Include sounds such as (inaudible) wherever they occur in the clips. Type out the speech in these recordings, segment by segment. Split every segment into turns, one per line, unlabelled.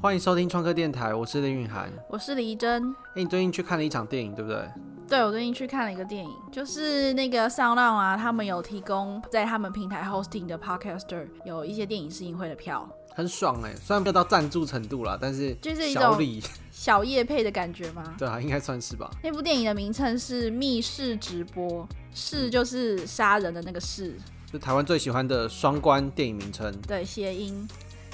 欢迎收听创客电台，我是林允涵。
我是李真。
哎、你最近去看了一场电影，对不对？
对，我最近去看了一个电影，就是那个上浪啊，他们有提供在他们平台 hosting 的 podcaster 有一些电影试映会的票，
很爽哎、虽然没有到赞助程度啦，但是
就是一种
小礼，
小夜配的感觉吗？
对啊，应该算是吧。
那部电影的名称是《密室直播》，室就是杀人的那个室，
就台湾最喜欢的双关电影名称。
对，谐音。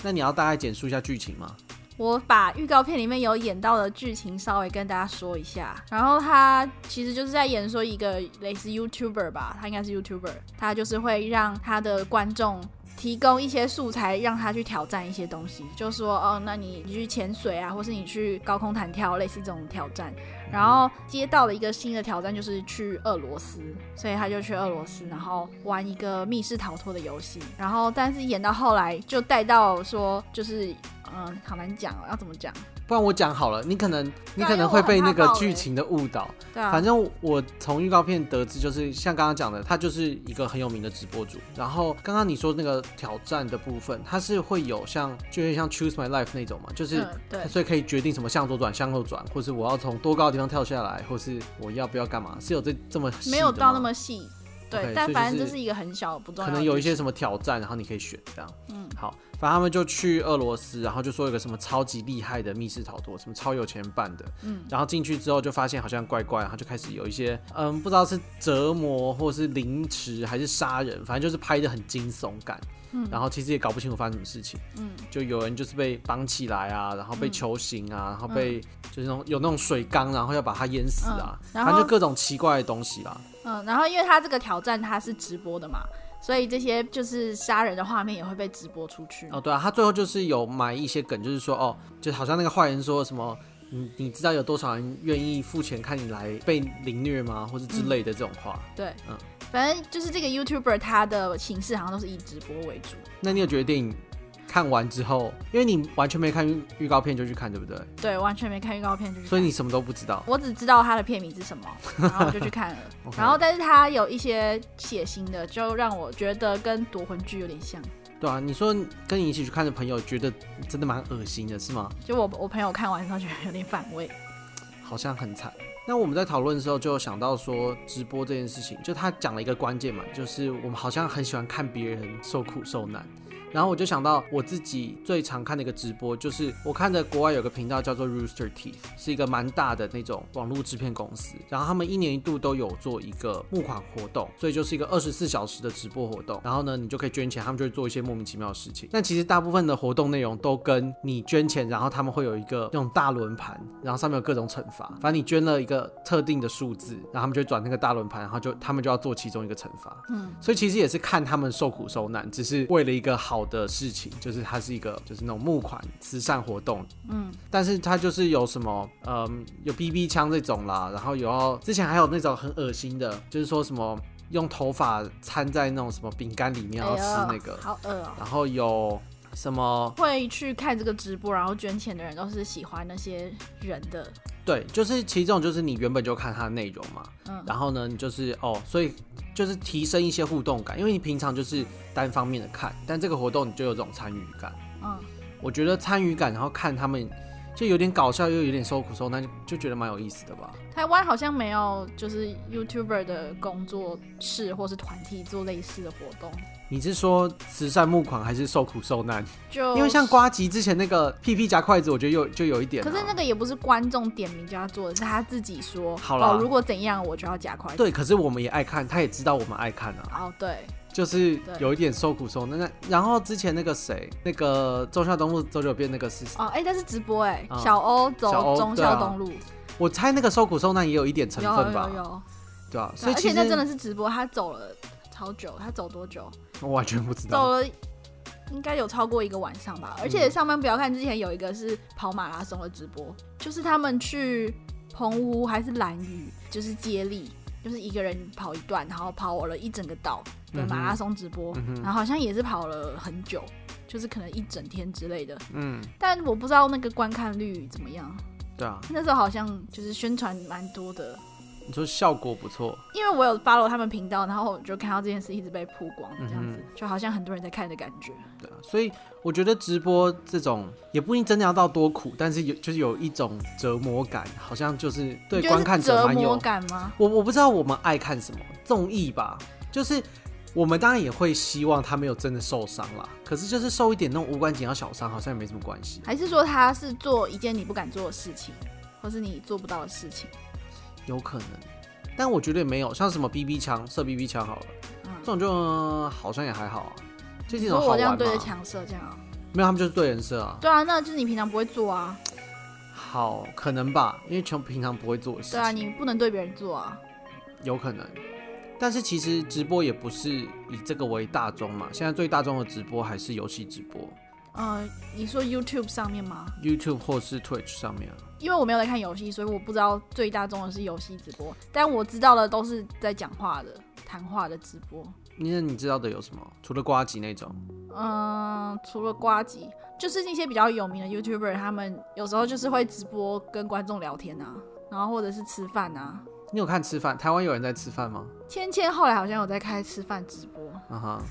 那你要大概简述一下剧情吗？
我把预告片里面有演到的剧情稍微跟大家说一下，然后他其实就是在演说一个类似 YouTuber 吧，他应该是 YouTuber，他就是会让他的观众提供一些素材，让他去挑战一些东西，就说哦，那你你去潜水啊，或是你去高空弹跳，类似这种挑战。然后接到了一个新的挑战，就是去俄罗斯，所以他就去俄罗斯，然后玩一个密室逃脱的游戏。然后但是演到后来就带到说，就是嗯，好难讲哦，要怎么讲？
不然我讲好了，你可能你
对啊
可能会被
因为我
那
很怕
个
爆雷
剧情的误导。
对啊，
反正我从预告片得知，就是像刚刚讲的，他就是一个很有名的直播主。然后刚刚你说那个挑战的部分，它是会有像就有点像 Choose My Life 那种嘛，就是
嗯、对
所以可以决定什么向左转、向右转，或是我要从多高的地方跳下来，或是我要不要干嘛，是有这这么细的
没有到
吗
那么细，对
OK，所
但
以
反正
就
这
是
是一个很小不重要
可
的，
能有一些什么挑战，然后你可以选这样。啊嗯，好，反正他们就去俄罗斯，然后就说有个什么超级厉害的密室逃脱，什么超有钱人办的。嗯，然后进去之后就发现好像怪怪，然后就开始有一些嗯，不知道是折磨或是凌迟还是杀人，反正就是拍的很惊悚感。嗯，然后其实也搞不清楚发生什么事情。嗯，就有人就是被绑起来啊，然后被球刑啊，然后被就是那种有那种水缸，然后要把它淹死啊，
嗯然
反正
后
就各种奇怪的东西啦。
嗯，然后因为他这个挑战他是直播的嘛，所以这些就是杀人的画面也会被直播出去。
哦，对啊，他最后就是有埋一些梗，就是说，哦，就好像那个坏人说什么，你你知道有多少人愿意付钱看你来被凌虐吗，或者之类的这种话。
对，
嗯
反正就是这个 YouTuber 他的形式好像都是以直播为主。
那你有觉得电影看完之后，因为你完全没看预预告片就去看，对不对？
对，完全没看预告片就去看。
所以你什么都不知道。
我只知道他的片名是什么，然后我就去看了。
(laughs) OK
嗯然后，但是他有一些血腥的，就让我觉得跟夺魂剧有点像。
对啊，你说跟你一起去看的朋友觉得真的蛮恶心的，是吗？
就我我朋友看完之后觉得有点反胃。
好像很惨。那我们在讨论的时候就想到说，直播这件事情，就他讲了一个关键嘛，就是我们好像很喜欢看别人受苦受难。然后我就想到我自己最常看的一个直播，就是我看的国外有个频道叫做 Rooster Teeth，是一个蛮大的那种网络制片公司。然后他们一年一度都有做一个募款活动，所以就是一个二十四小时的直播活动。然后呢，你就可以捐钱，他们就会做一些莫名其妙的事情。但其实大部分的活动内容都跟你捐钱，然后他们会有一个那种大轮盘，然后上面有各种惩罚。反正你捐了一个特定的数字，然后他们就会转那个大轮盘，然后就他们就要做其中一个惩罚。
嗯
所以其实也是看他们受苦受难，只是为了一个好的事情，就是它是一个就是那种募款慈善活动，嗯，但是它就是有什么，嗯，有 BB 枪这种啦，然后有要之前还有那种很恶心的，就是说什么用头发掺在那种什么饼干里面，然后吃那个
哎，呦好饿哦。
然后有什么
会去看这个直播，然后捐钱的人都是喜欢那些人的，
对，就是其实这种就是你原本就看它的内容嘛，
嗯
然后呢，你就是哦，所以就是提升一些互动感，因为你平常就是单方面的看，但这个活动你就有这种参与感。
嗯，
我觉得参与感，然后看他们就有点搞笑，又有点受苦受难，就觉得蛮有意思的吧。
台湾好像没有就是 YouTuber 的工作室或是团体做类似的活动，
你是说慈善募款还是受苦受难？
就
因为像，瓜吉之前那个屁屁夹筷子，我觉得有就有一点、啊。
可是那个也不是观众点名叫他做的，是他自己说，
好啦
哦，如果怎样我就要加快，，
对，可是我们也爱看，他也知道我们爱看啊，
哦对，
就是
对
有一点受苦受难。那然后之前那个谁，那个周孝东路周九变那个是，
哦哎、但是直播哎、
嗯
小欧走
小欧
忠
对啊
孝东路，
我猜那个受苦受难也有一点成
有有
分
有
吧，
有，
对啊，所
对
以
而
其
且
实
那真的是直播，他走了好久，他走多久？
我完全不知
走
道。嗯
了应该有超过一个晚上吧。而且上班不要看之前有一个是跑马拉松的直播，就是他们去澎湖还是兰屿，就是接力，就是一个人跑一段，然后跑了一整个岛
嗯
的马拉松直播，然后好像也是跑了很久。就是可能一整天之类的，
嗯，
但我不知道那个观看率怎么样。
对啊，
那时候好像就是宣传蛮多的，
你说效果不错，
因为我有 follow 他们频道，然后我就看到这件事一直被曝光，这样子、
嗯
就好像很多人在看的感觉。
对啊，所以我觉得直播这种也不一定真的要到多苦，但是有就是有一种折磨感，好像就是对
你觉得
观
是
看者
折
蛮
磨
有。
感吗？
我我不知道我们爱看什么综艺吧，就是我们当然也会希望他没有真的受伤啦，可是就是受一点那种无关紧要小伤，好像也没什么关系。
还是说他是做一件你不敢做的事情，或是你做不到的事情？
有可能，但我觉得也没有，像什么 BB 枪射 BB 枪好了，
嗯
这种就、呃好像也还好啊，就是一
如
种好
果我
玩
这样对着
嘛。
墙射这样啊、
没有，他们就是对人射啊。
对啊，那就是你平常不会做啊。
好，可能吧，因为穷平常不会做的事
对啊，
情，
你不能对别人做啊。
有可能。但是其实直播也不是以这个为大宗嘛，现在最大宗的直播还是游戏直播
呃，你说 YouTube 上面吗？
，YouTube 或是 Twitch 上面啊。
因为我没有在看游戏，所以我不知道最大众的是游戏直播，但我知道的都是在讲话的、谈话的直播。
那你知道的有什么？除了瓜吉那种，
嗯，除了瓜吉，就是那些比较有名的 YouTuber，他们有时候就是会直播跟观众聊天啊，然后或者是吃饭啊。
你有看吃饭？台湾有人在吃饭吗？
芊芊后来好像有在开吃饭直播，
啊哈，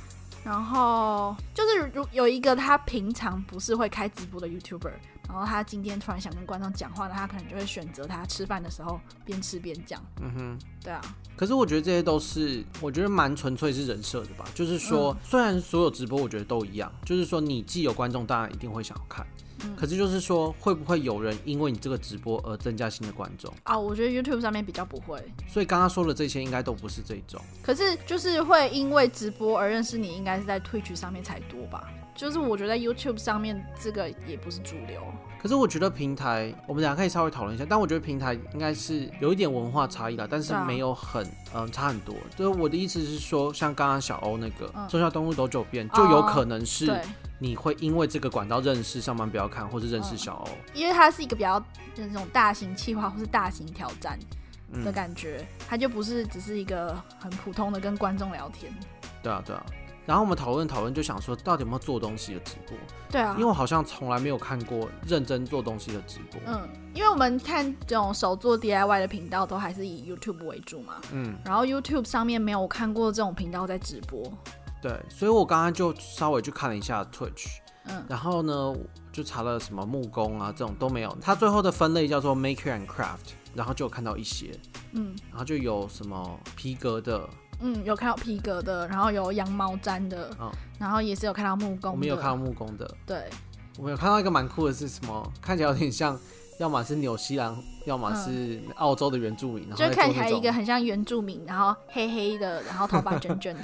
然后就是如有一个他平常不是会开直播的 YouTuber，然后他今天突然想跟观众讲话，那他可能就会选择他吃饭的时候边吃边讲。
嗯哼。
对啊，
可是我觉得这些都是，我觉得蛮纯粹是人设的吧。就是
嗯
说，虽然所有直播我觉得都一样，就是说你既有观众，当然一定会想要看。
嗯
可是就是说，会不会有人因为你这个直播而增加新的观众？
啊，我觉得 YouTube 上面比较不会，
所以刚刚说的这些应该都不是这一种。
可是就是会因为直播而认识你，应该是在 Twitch 上面才多吧？就是我觉得在 YouTube 上面这个也不是主流。
可是我觉得平台，我们俩可以稍微讨论一下。但我觉得平台应该是有一点文化差异啦，但是
对啊
没有很嗯、差很多。就是我的意思是说，像刚刚小欧那个《
嗯
中孝东路走九遍》，就有
哦
可能是
对，
你会因为这个管道认识上班不要看，或是认识
嗯
小欧。
因为它是一个比较就是那种大型企划或是大型挑战的感觉，它就不是只是一个很普通的跟观众聊天。
对啊，对啊。然后我们讨论讨论，就想说到底有没有做东西的直播？
对啊
因为，我好像从来没有看过认真做东西的直播。
嗯，因为我们看这种手做 DIY 的频道都还是以 YouTube 为主嘛，
嗯，
然后 YouTube 上面没有看过这种频道在直播，
对，所以我刚刚就稍微去看了一下 Twitch，
嗯
然后呢，就查了什么木工啊这种都没有。它最后的分类叫做 Maker and Craft，然后就有看到一些，
嗯
然后就有什么皮革的，
嗯，有看到皮革的，然后有羊毛毡的，
嗯
然后也是有看到木工的，
我们有看到木工的，
对，
我们有看到一个蛮酷的是什么？看起来有点像，要么是纽西兰，要么是澳洲的原住民，然后
嗯就
在
看
做
起
那
来
种
一个很像原住民，然后黑黑的，然后头
(laughs)
发卷卷的，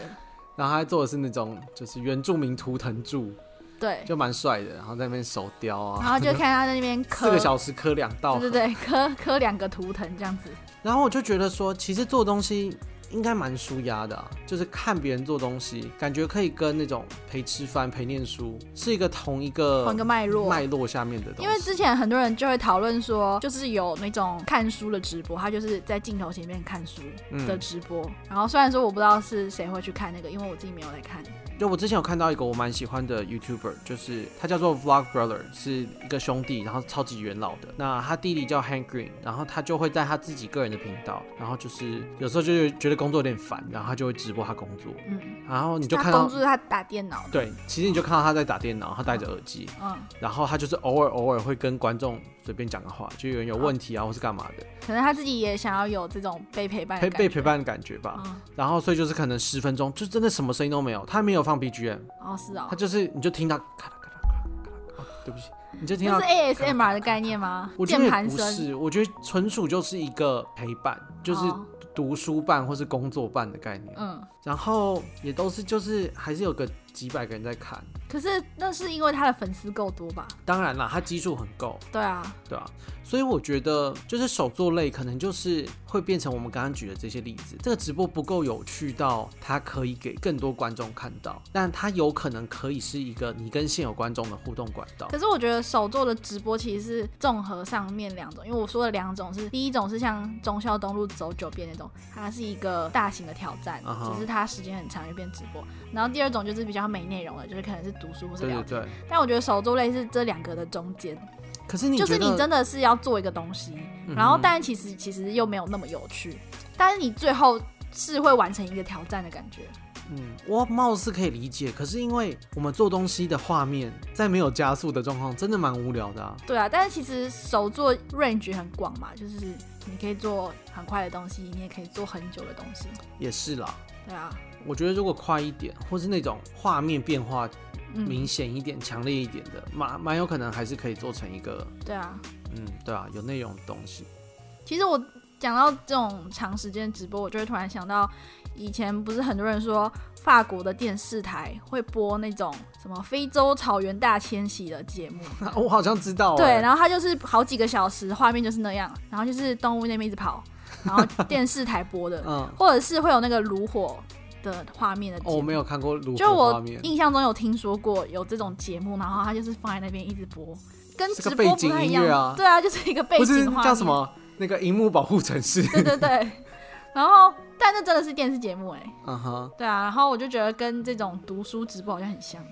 然后他做的是那种就是原住民图腾柱，
对，
就蛮帅的，然后在那边手雕
然
啊，
后就看他在那边
四
磕
个，小时刻两道。
对对对，磕磕两个图腾这样子，
然后我就觉得说，其实做东西应该蛮舒压的、啊，就是看别人做东西，感觉可以跟那种陪吃饭、陪念书是一个同一个
换个脉络。
脉络下面的东西。
因为之前很多人就会讨论说，就是有那种看书的直播，他就是在镜头前面看书的
嗯，
直播。然后虽然说我不知道是谁会去看那个，因为我自己没有在看。
就我之前有看到一个我蛮喜欢的 YouTuber，就是他叫做 Vlog Brother，是一个兄弟，然后超级元老的。那他弟弟叫 Hank Green，然后他就会在他自己个人的频道，然后就是有时候就是觉得工作有点烦，然后他就会直播他工作，
嗯，
然后你就
他
看
工
到。
作是他打电脑的。
对，其实你就看到他在打电脑，他戴着耳机，
嗯，
然后他就是偶尔偶尔会跟观众随便讲个话，就有人有问题啊，或是干嘛的，
可能他自己也想要有这种被哦陪伴的
陪
感觉
被陪伴的感觉吧。
嗯，
然后所以就是可能十分钟就真的什么声音都没有，他没有放 BGM，
哦，是哦
他，就是你就听到咔啦咔啦咔啦咔啦，哦对不起，你就听到
这是。ASMR 的概念吗
我？觉得
键
也
盘
不
声
是，我觉得纯属就是一个陪伴，就是
哦
读书伴或是工作伴的概念。
嗯，
然后也都是就是还是有个几百个人在看，
可是那是因为他的粉丝够多吧？
当然啦，他基数很够，
对啊，
对啊，所以我觉得就是手作类可能就是会变成我们刚刚举的这些例子，这个直播不够有趣到它可以给更多观众看到，但它有可能可以是一个你跟现有观众的互动管道。
可是我觉得手做的直播其实是综合上面两种，因为我说的两种是，第一种是像忠孝东路走九遍那种，它是一个大型的挑战
啊哈
只是它时间很长就变直播。然后第二种就是比较没内容的，就是可能是读书或是
对
聊
对
天。
对，
但我觉得手作类是这两个的中间，
可是你
就是
觉
你
得
真的是要做一个东西，然后
嗯
但其实其实又没有那么有趣，但是你最后是会完成一个挑战的感觉。
嗯，我貌似可以理解，可是因为我们做东西的画面在没有加速的状况，真的蛮无聊的啊。
对啊，但是其实手做 range 很广嘛，就是你可以做很快的东西，你也可以做很久的东西。
也是啦，
对啊，
我觉得如果快一点，或是那种画面变化
嗯，
明显一点、强烈一点的，蛮蛮有可能还是可以做成一个，
对啊。
嗯，对啊，有内容的东西。 (laughs)
其实我讲到这种长时间直播，我就会突然想到，以前不是很多人说法国的电视台会播那种什么非洲草原大迁徙的节目，
我好像知道、欸，
对，然后它就是好几个小时，画面就是那样，然后就是动物那边一直跑，然后电视台播的，
(laughs) 嗯，
或者是会有那个炉火的画面的节
哦，
目。
我没有看过如
就
何画
我
面，
印象中有听说过有这种节目，然后它就是放在那边一直播，跟
是个
直
背
播不
景
太一
音
样。
乐啊
对啊，就是一个背
不是
景画
叫
面
什？么那个荧幕保护城市，
对对对。然后，但那真的是电视节目哎、
(laughs) 嗯哼，
对啊。然后我就觉得跟这种读书直播好像很像。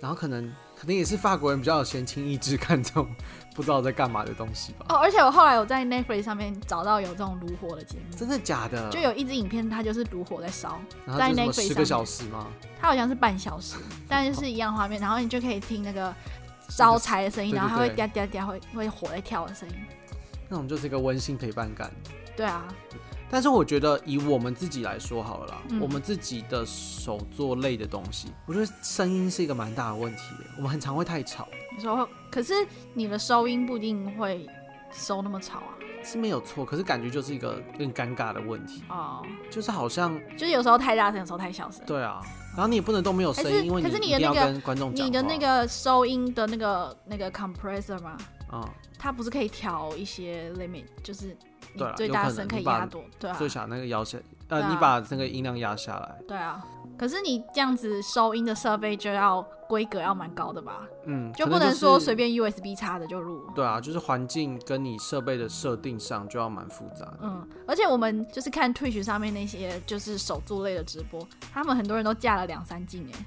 然后可能可能也是法国人比较有闲情逸致看这种不知道在干嘛的东西吧。
哦，而且我后来有在 Netflix 上面找到有这种炉火的节目，
真的假的？
就有一支影片，它就是炉火在烧，
然
在
后就什么
Netflix
十
上
个小时吗？
它好像是半
(laughs)
小时，但就是一样画面，然后你就可以听那个烧柴的声音，
对对
然后它会
对
嗲嗲嗲会会火在跳的声音。
那种就是一个温馨陪伴感。
对啊，
但是我觉得以我们自己来说好了啦，
嗯
我们自己的手作类的东西，我觉得声音是一个蛮大的问题耶。我们很常会太吵，
你说会，可是你的收音不一定会收那么吵啊。
是没有错，可是感觉就是一个更尴尬的问题，
哦，
就是好像
就是有时候太大声，有时候太小声。
对啊，然后你也不能都没有声
还是
音，因为
可是
一
你的
定要
那个
跟观众讲话。
你的那个收音的那个那个 compressor 嘛，
嗯，
它不是可以调一些 limit，就是你
对啊
最
有
大
可能
声可以
你把
压多，对啊
最，小那个摇下，呃，
对啊
你把那个音量压下来，
对啊。可是你这样子收音的设备就要规格要蛮高的吧，
嗯，
就
可
不能
是
说随。便 USB 插着就录。
对啊，就是环境跟你设备的设定上就要蛮复杂的。
嗯，而且我们就是看 Twitch 上面那些就是手作类的直播，他们很多人都架了两三镜哎，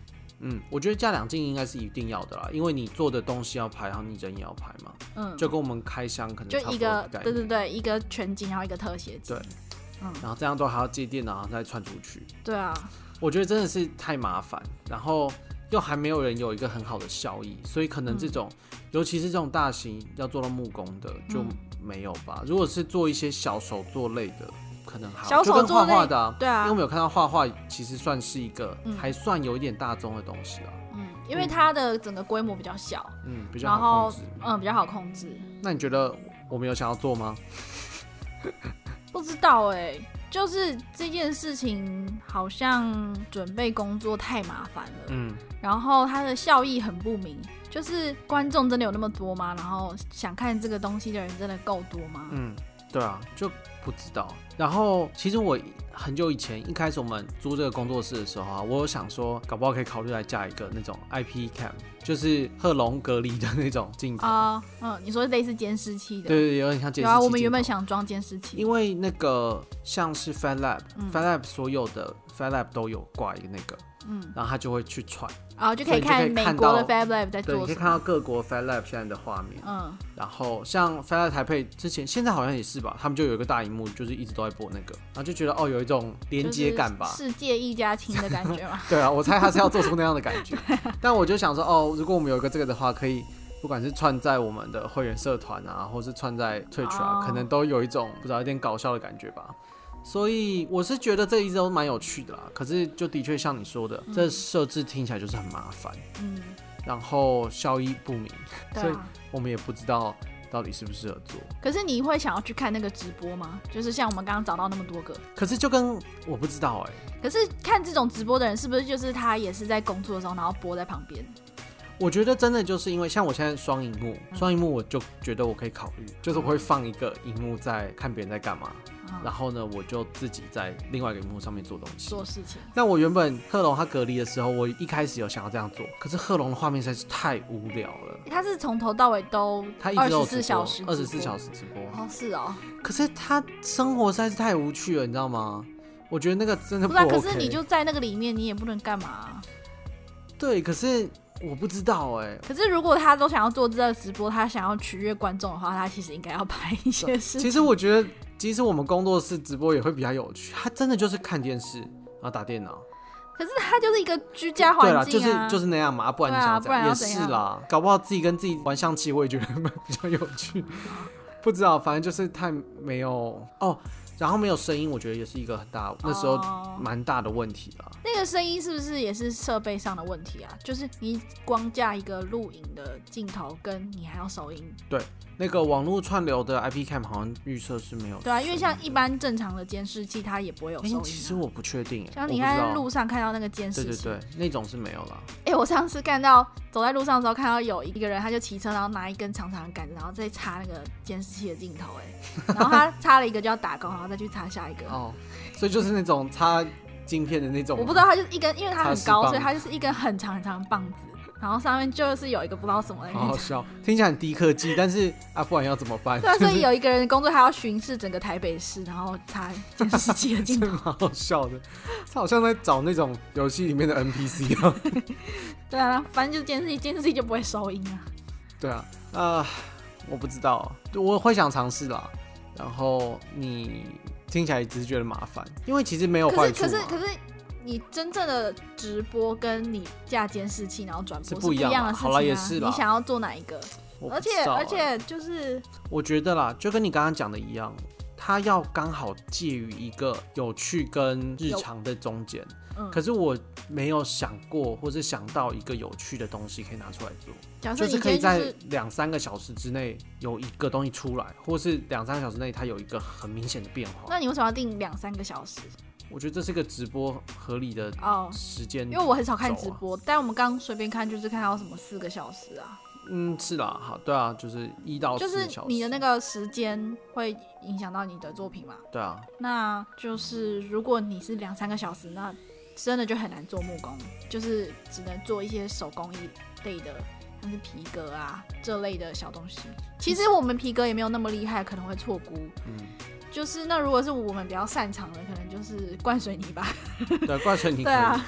嗯，我觉得加两镜应该是一定要的啦，因为你做的东西要拍，然后你人也要拍嘛，
嗯，
就跟我们开箱可能
就
差不
一
多
个
的，概
对对
念。
对，一个全景，然后一个特写景。
对然后这样都还要接电脑，然后再传出去，
对啊，
我觉得真的是太麻烦，然后又还没有人有一个很好的效益，所以可能这
嗯
种，尤其是这种大型要做到木工的就
嗯
没有吧。如果是做一些小手作类的，可能还好
小
就
手
跟
作
画
类
画的、啊。
对
因为
啊
我，们有看到画画，其实算是一个、
嗯
还算有一点大众的东西啊，
嗯，因为它的整个规模比较小，
嗯，比较
然
好
后
控制。
嗯比较好控制。
那你觉得我们有想要做吗？
不知道哎、就是这件事情好像准备工作太麻烦了，
嗯，
然后它的效益很不明，就是观众真的有那么多吗？然后想看这个东西的人真的够多吗？
嗯，对啊，就不知道。然后其实我很久以前一开始我们租这个工作室的时候啊，我有想说，搞不好可以考虑来架一个那种 IP cam，就是贺龙隔离的那种镜头。
啊、嗯，你说类似监视器的，
对对对，有点像监视
有
器
啊，我们
镜
原本
头
想装监视器
因，为那个像是 Fat Lab，Fat、
嗯
Lab 所有的 Fat Lab 都有挂一个那个，
嗯，
然后他就会去传，
然啊后就可
所以
以
你就可以
看美
看
国的
到
Fab Lab 在
对，你
哎做
可以
什
看到
么，
各国 Fat Lab 现在的画面。
嗯
然后像飞来台配之前，现在好像也是吧，他们就有一个大荧幕，就是一直都在播那个，然后就觉得哦，有一种连接感吧。
就是世界一家亲的感觉
(laughs)
嘛。
对啊，我猜他是要做出那样的感
(laughs)
觉。但我就想说，哦，如果我们有一个这个的话，可以不管是串在我们的会员社团啊，或是串在 Twitch 啊
哦
可能都有一种不知道有点搞笑的感觉吧。所以我是觉得这一直都蛮有趣的啦，可是就的确像你说的，这设置听起来就是很麻烦，
嗯，
然后效益不明，所
对
以
啊。
我们也不知道到底适不适合做。
可是你会想要去看那个直播吗？就是像我们刚刚找到那么多个，
可是就跟我不知道哎、
可是看这种直播的人是不是就是他也是在工作的时候，然后播在旁边？
我觉得真的就是因为像我现在双荧幕，
嗯
双荧幕我就觉得我可以考虑，就是我会放一个荧幕在看别人在干嘛，
嗯
然后呢我就自己在另外一个荧幕上面做东西。
做事情。
那我原本贺龙他隔离的时候，我一开始有想要这样做，可是贺龙的画面实在是太无聊了，
他是从头到尾都
他一
二
直都有
十四
直
小
播
时，，
二十四小
时。
时直播，
哦，是哦，
可是他生活实在是太无趣了，你知道吗？我觉得那个真的
不
不
是啊。
OK。
可是你就在那个里面，你也不能干嘛啊、
对，可是我不知道哎、
可是如果他都想要做这个直播，他想要取悦观众的话，他其实应该要拍一些事情。
其实我觉得，即使我们工作室直播也会比较有趣，他真的就是看电视，然后打电脑。
可是他就是一个居家
对
环
啦，就
境
是
啊，
就是那样嘛，啊不然你
对啊
想怎样？
不然要
也
怎
是
样
啦，搞不好自己跟自己玩象棋，我也觉得比较有趣。不知道，反正就是太没有哦，然后没有声音，我觉得也是一个很大那时候
哦
蛮大的问题啦。
那个声音是不是也是设备上的问题啊？就是你光架一个录影的镜头，跟你还要收音，
那个网络串流的 IP cam 好像预设是没有声音的，
对啊，因为像一般正常的监视器，它也不会有
哎、
收音、啊。
其实我不确定、欸，
像你
我不知道
看路上看到那个监视
对
器，
对对，那种是没有啦。
哎、我上次看到走在路上的时候，看到有一个人，他就骑车，然后拿一根长长的杆子，然后再插那个监视器的镜
(laughs)
头、哎，然后他插了一个就要打工，然后再去插下一个。
哦，所以就是那种插镜片的那种吗，
我不知道他就是一根，因为他
插
很
丝
高，
棒
所以他就是一根很长很长的棒子，然后上面就是有一个不知道什
(laughs)
么的那
好好
(laughs) 种。
笑，听起来很低科技，但是啊，不然要怎么办？
对啊，所
(laughs)
以有一个人的工作还要巡视整个台北市，然后插监视器的镜
这 (laughs)
头。
蛮好笑的，他好像在找那种游戏里面的 NPC 啊。
对啊，反正就是监视器，监视器就不会收音啊。
对啊，啊，我不知道，我会想尝试啦。然后你听起来只是觉得麻烦，因为其实没有
可
坏
是
处啊
可
嘛。
是可是，你真正的直播跟你架监视器然后转播
是
是
不一样啊
的事情、
好
啊。
啦也是啦
你想要做哪一个？
我不
而且
知道
而
欸
且就是
我觉得啦，就跟你刚刚讲的一样，它要刚好介于一个有趣跟日常的中间。
嗯
可是我没有想过，或是想到一个有趣的东西可以拿出来做。
假设
就
啊
是
你今
可以
天就
在
是
两三个小时之内有一个东西出来，或是两三个小时内它有一个很明显的变化。
那你为什么要定两三个小时？
我觉得这是个直播合理的
哦，
时间
因为。我很少看直播，
啊
但我们刚随便看就是看到什么四个小时啊，
嗯，是啦，好，对啊，就是一到
就
四
是
小时。
你的那个时间会影响到你的作品嘛？
对啊，
那就是如果你是两三个小时，那真的就很难做木工，就是只能做一些手工艺类的，像是皮革啊这类的小东西。其实我们皮革也没有那么厉害，可能会错估。
嗯，
就是那如果是我们比较擅长的，可能就是灌水泥吧。
对，怪成你可
(laughs) 对
以，
啊，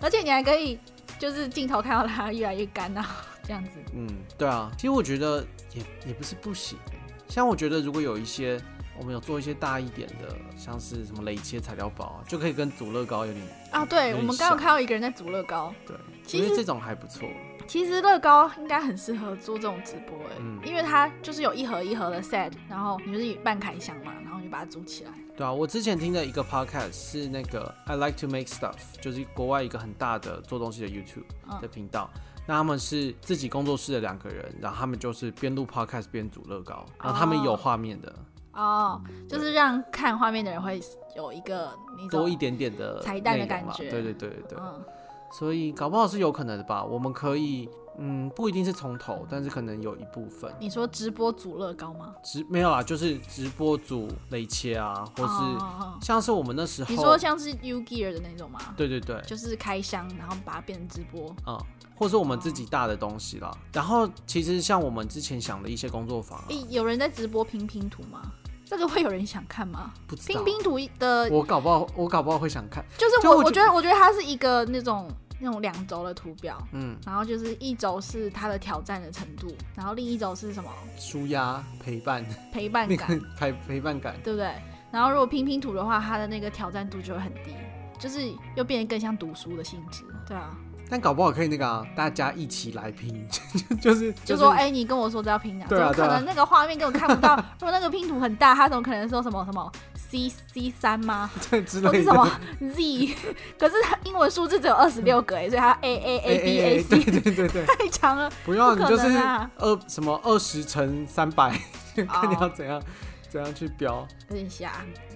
而且你还可以就是镜头看到它越来越干啊，这样子。
嗯，对啊。其实我觉得也也不是不行欸、像我觉得如果有一些我们有做一些大一点的，像是什么雷切材料包啊，就可以跟组乐高有点
啊，对，
有
我
点
们刚
像
有看到一个人在煮乐高，
对，
其
因为
实
这种还不错。
其实乐高应该很适合做这种直播哎、
嗯
因为它就是有一盒一盒的 set，然后你就是半开箱嘛，然后你把它组起来。
对啊，我之前听的一个 podcast 是那个 I like to make stuff，就是国外一个很大的做东西的 YouTube
嗯
的频道。那他们是自己工作室的两个人，然后他们就是边录 podcast 边组乐高，然后他们有画面的，
哦，就是让看画面的人会有一个你
多一
种
点点的
彩蛋的
内容啦啊
感觉
对对对对对，
嗯，
所以搞不好是有可能的吧。我们可以，嗯，不一定是从头，但是可能有一部分
你说直播组乐高吗？
直没有啦，就是直播组雷切啊，或
哦
是
哦哦
像是我们那时候，
你说像是 U Gear 的那种吗？
对对对，
就是开箱，然后把它变成直播。
嗯，或是我们自己大的东西啦。然后其实像我们之前想的一些工作坊、啊
诶，，有人在直播拼拼图吗？这个会有人想看吗？
不知道
拼，拼图的，
我搞不好我搞不好会想看，
就是
就
我，
我
我
觉
觉得，我觉得它是一个那种那种两轴的图表，
嗯，
然后就是一周是他的挑战的程度，然后另一周是什么
舒压陪伴
陪伴
那
感，
个 (laughs) 陪陪伴感，
对不对？然后如果拼拼图的话，它的那个挑战度就会很低，就是又变得更像读书的性质，对啊，
但搞不好可以那个、啊、大家一起来拼， (laughs) 就是
就是说哎、你跟我说这要拼哪？怎
对啊
么可
对啊
能那个画面根本看不到？ (laughs) 如果那个拼图很大，他怎么可能说什么什么 C C 三吗？
这之
或
类
是
的
什么 Z？可 (laughs) 是它英文数字只有二十六个哎，所以它 A A A B A
对
C
对对对，
(laughs) 太长了，
不用啊
不
你
可
就是
能啊，
二什么二十乘三百， (laughs) 看你要
哦
怎样怎样去标，
有点瞎。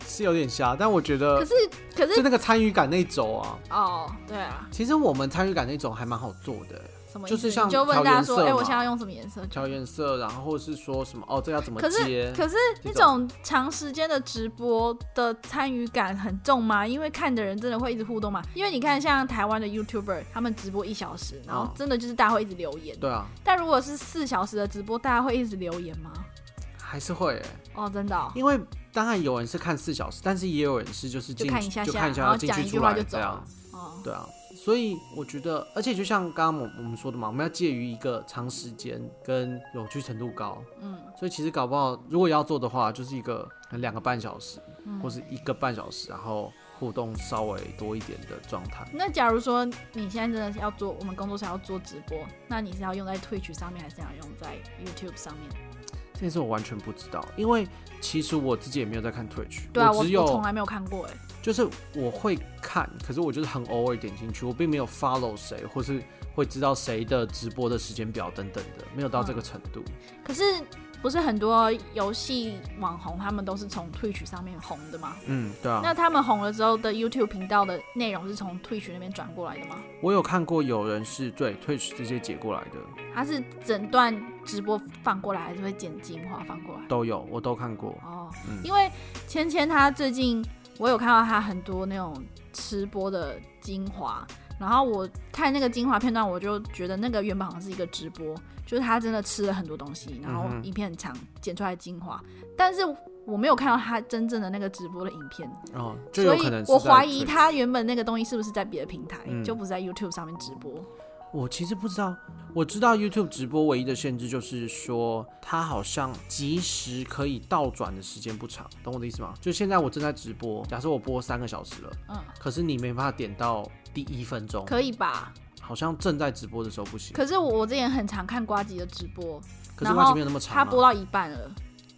是有点瞎，但我觉
可
得
是可
就是那个参与感那一轴啊，
哦，对啊。
其实我们参与感那种还蛮好做的、
什么意
就
思？
是像
你就问大
调
家说，
颜
哎、
色嘛
我现在要用什么颜色？
调颜色，然后或是说什么哦，这要怎么
可
接
是？可是那种长时间的直播的参与感很重吗？因为看的人真的会一直互动嘛。因为你看像台湾的 YouTuber，他们直播一小时，然后
嗯
真的就是大家会一直留言。
对啊，
但如果是四小时的直播，大家会一直留言吗？
还是会耶，
哦，真的哦、
因为当然有人是看四小时，但是也有人是就是进
就看一下下
就看一
然后
进
讲
去
一句
出
话
来
就
这
走了
样，
哦
对啊，所以我觉得，而且就像刚刚我我们说的嘛，我们要介于一个长时间跟有趣程度高，嗯，所以其实搞不好如果要做的话，就是一个可能两个半小时、
嗯
或是一个半小时，然后互动稍微多一点的状态。
那假如说你现在真的是要做，我们工作室要做直播，那你是要用在 Twitch 上面，还是要用在 YouTube 上面？
这件事我完全不知道，因为其实我自己也没有在看 Twitch，
对啊，我
只
我从
有
来没有看过哎、
就是我会看，可是我就是很偶尔点进去，我并没有 follow 谁，或是会知道谁的直播的时间表等等的，没有到这个程度。
可是不是很多游戏网红他们都是从 Twitch 上面红的吗？
嗯，对啊。
那他们红了之后的 YouTube 频道的内容是从 Twitch 那边转过来的吗？
我有看过有人是对 Twitch 直接解过来的，
它是整段直播放过来，还是会剪精华放过来？
都有，我都看过。
哦，
嗯
因为芊芊她最近我有看到她很多那种吃播的精华，然后我看那个精华片段，我就觉得那个原本好像是一个直播，就是她真的吃了很多东西，然后
嗯哼
影片很长剪出来的精华，但是我没有看到她真正的那个直播的影片，
哦，就
所
有
以
可能是
我
在
怀疑
Twitch
她原本那个东西是不是在别的平台，
嗯哦
就不是在 YouTube 上面直播。
我其实不知道，我知道 YouTube 直播唯一的限制就是说，它好像及时可以倒转的时间不长，懂我的意思吗？就现在我正在直播，假设我播三个小时了，
嗯，
可是你没办法点到第一分钟，
可以吧？
好像正在直播的时候不行。
可是我我之前很常看瓜吉的直播，
可是
然
外景
后
没有那么
他
长、
播
啊，
到一半了。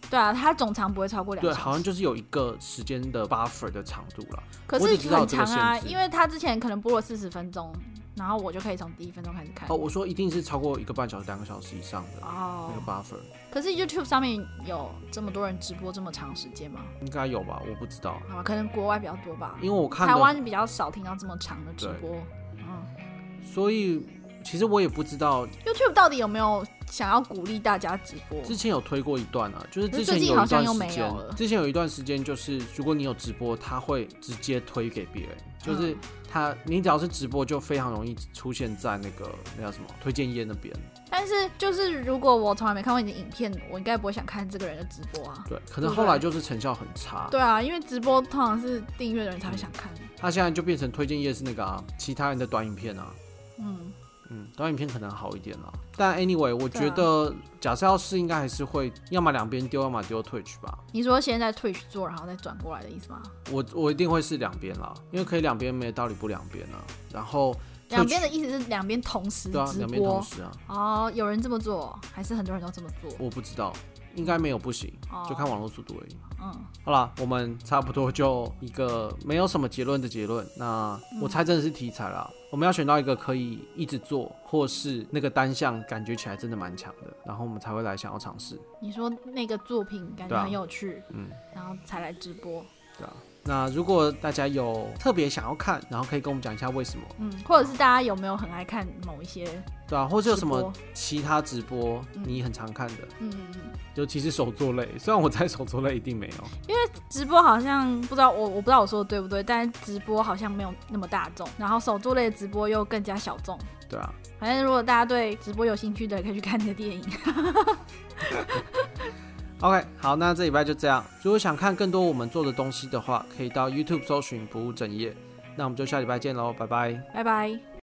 对啊，他总长不会超过两
对，
小时。
好像就是有一个时间的 buffer 的长度了。
可
我
是
只知道
很
这个
长啊，
限制
因为他之前可能播了四十分钟，然后我就可以从第一分钟开始看。
哦，我说一定是超过一个半小时、两个小时以上的那
哦
个 buffer，
可是 YouTube 上面有这么多人直播这么长时间吗？
应该有吧？我不知道，
好吧，可能国外比较多吧，
因为我看
台
的
湾比较少听到这么长的直播。嗯
所以其实我也不知道，
，YouTube 到底有没有想要鼓励大家直播？
之前有推过一段啊，就是之
可是最
前
近
有
好
一
像
段
又没
时
有
间
了，
之前有一段时间就是如果你有直播，他会直接推给别人，就是
嗯
他你只要是直播就非常容易出现在那个那叫什么推荐页那边，
但是就是如果我从来没看过你的影片，我应该不会想看这个人的直播啊。
对，可能
对
后来就是成效很差，
对啊，因为直播通常是订阅的人才会想看。
他现在就变成推荐页是那个啊，其他人的短影片啊，
嗯，
嗯，短影片可能好一点啦。但 anyway，我
对啊
觉得假设要试，应该还是会要么两边丢，要么丢 Twitch 吧。
你说先在 Twitch 做，然后再转过来的意思吗？
我我一定会试两边啦，因为可以两边，没有道理不两边啊。然后 Twitch-
两边的意思是两边同时
对啊，
直
两边
播
同、时啊，
哦，有人这么做，还是很多人都这么做？
我不知道，应该没有不行，
哦，
就看网络速度而已。
嗯，
好啦，我们差不多就一个没有什么结论的结论。那
嗯
我猜真的是题材啦，我们要选到一个可以一直做，或是那个单项感觉起来真的蛮强的，然后我们才会来想要尝试。
你说那个作品感
对
觉
啊
很有趣，
嗯，
然后才来直播，
对啊。那如果大家有特别想要看，然后可以跟我们讲一下为什么，
嗯，或者是大家有没有很爱看某一些
对啊，或者有什
直
么
播
其他直播
嗯
你很常看的，
嗯嗯嗯，
尤其是手作类，虽然我猜手作类一定没有，
直播好像不知道我我不知道我说的对不对，但是直播好像没有那么大众，然后手作类的直播又更加小众。
对啊，
反正如果大家对直播有兴趣的，可以去看这个电影。
OK，好，那这礼拜就这样。如果想看更多我们做的东西的话，可以到 YouTube 搜寻不务正业。那我们就下礼拜见喽，拜拜。
拜拜。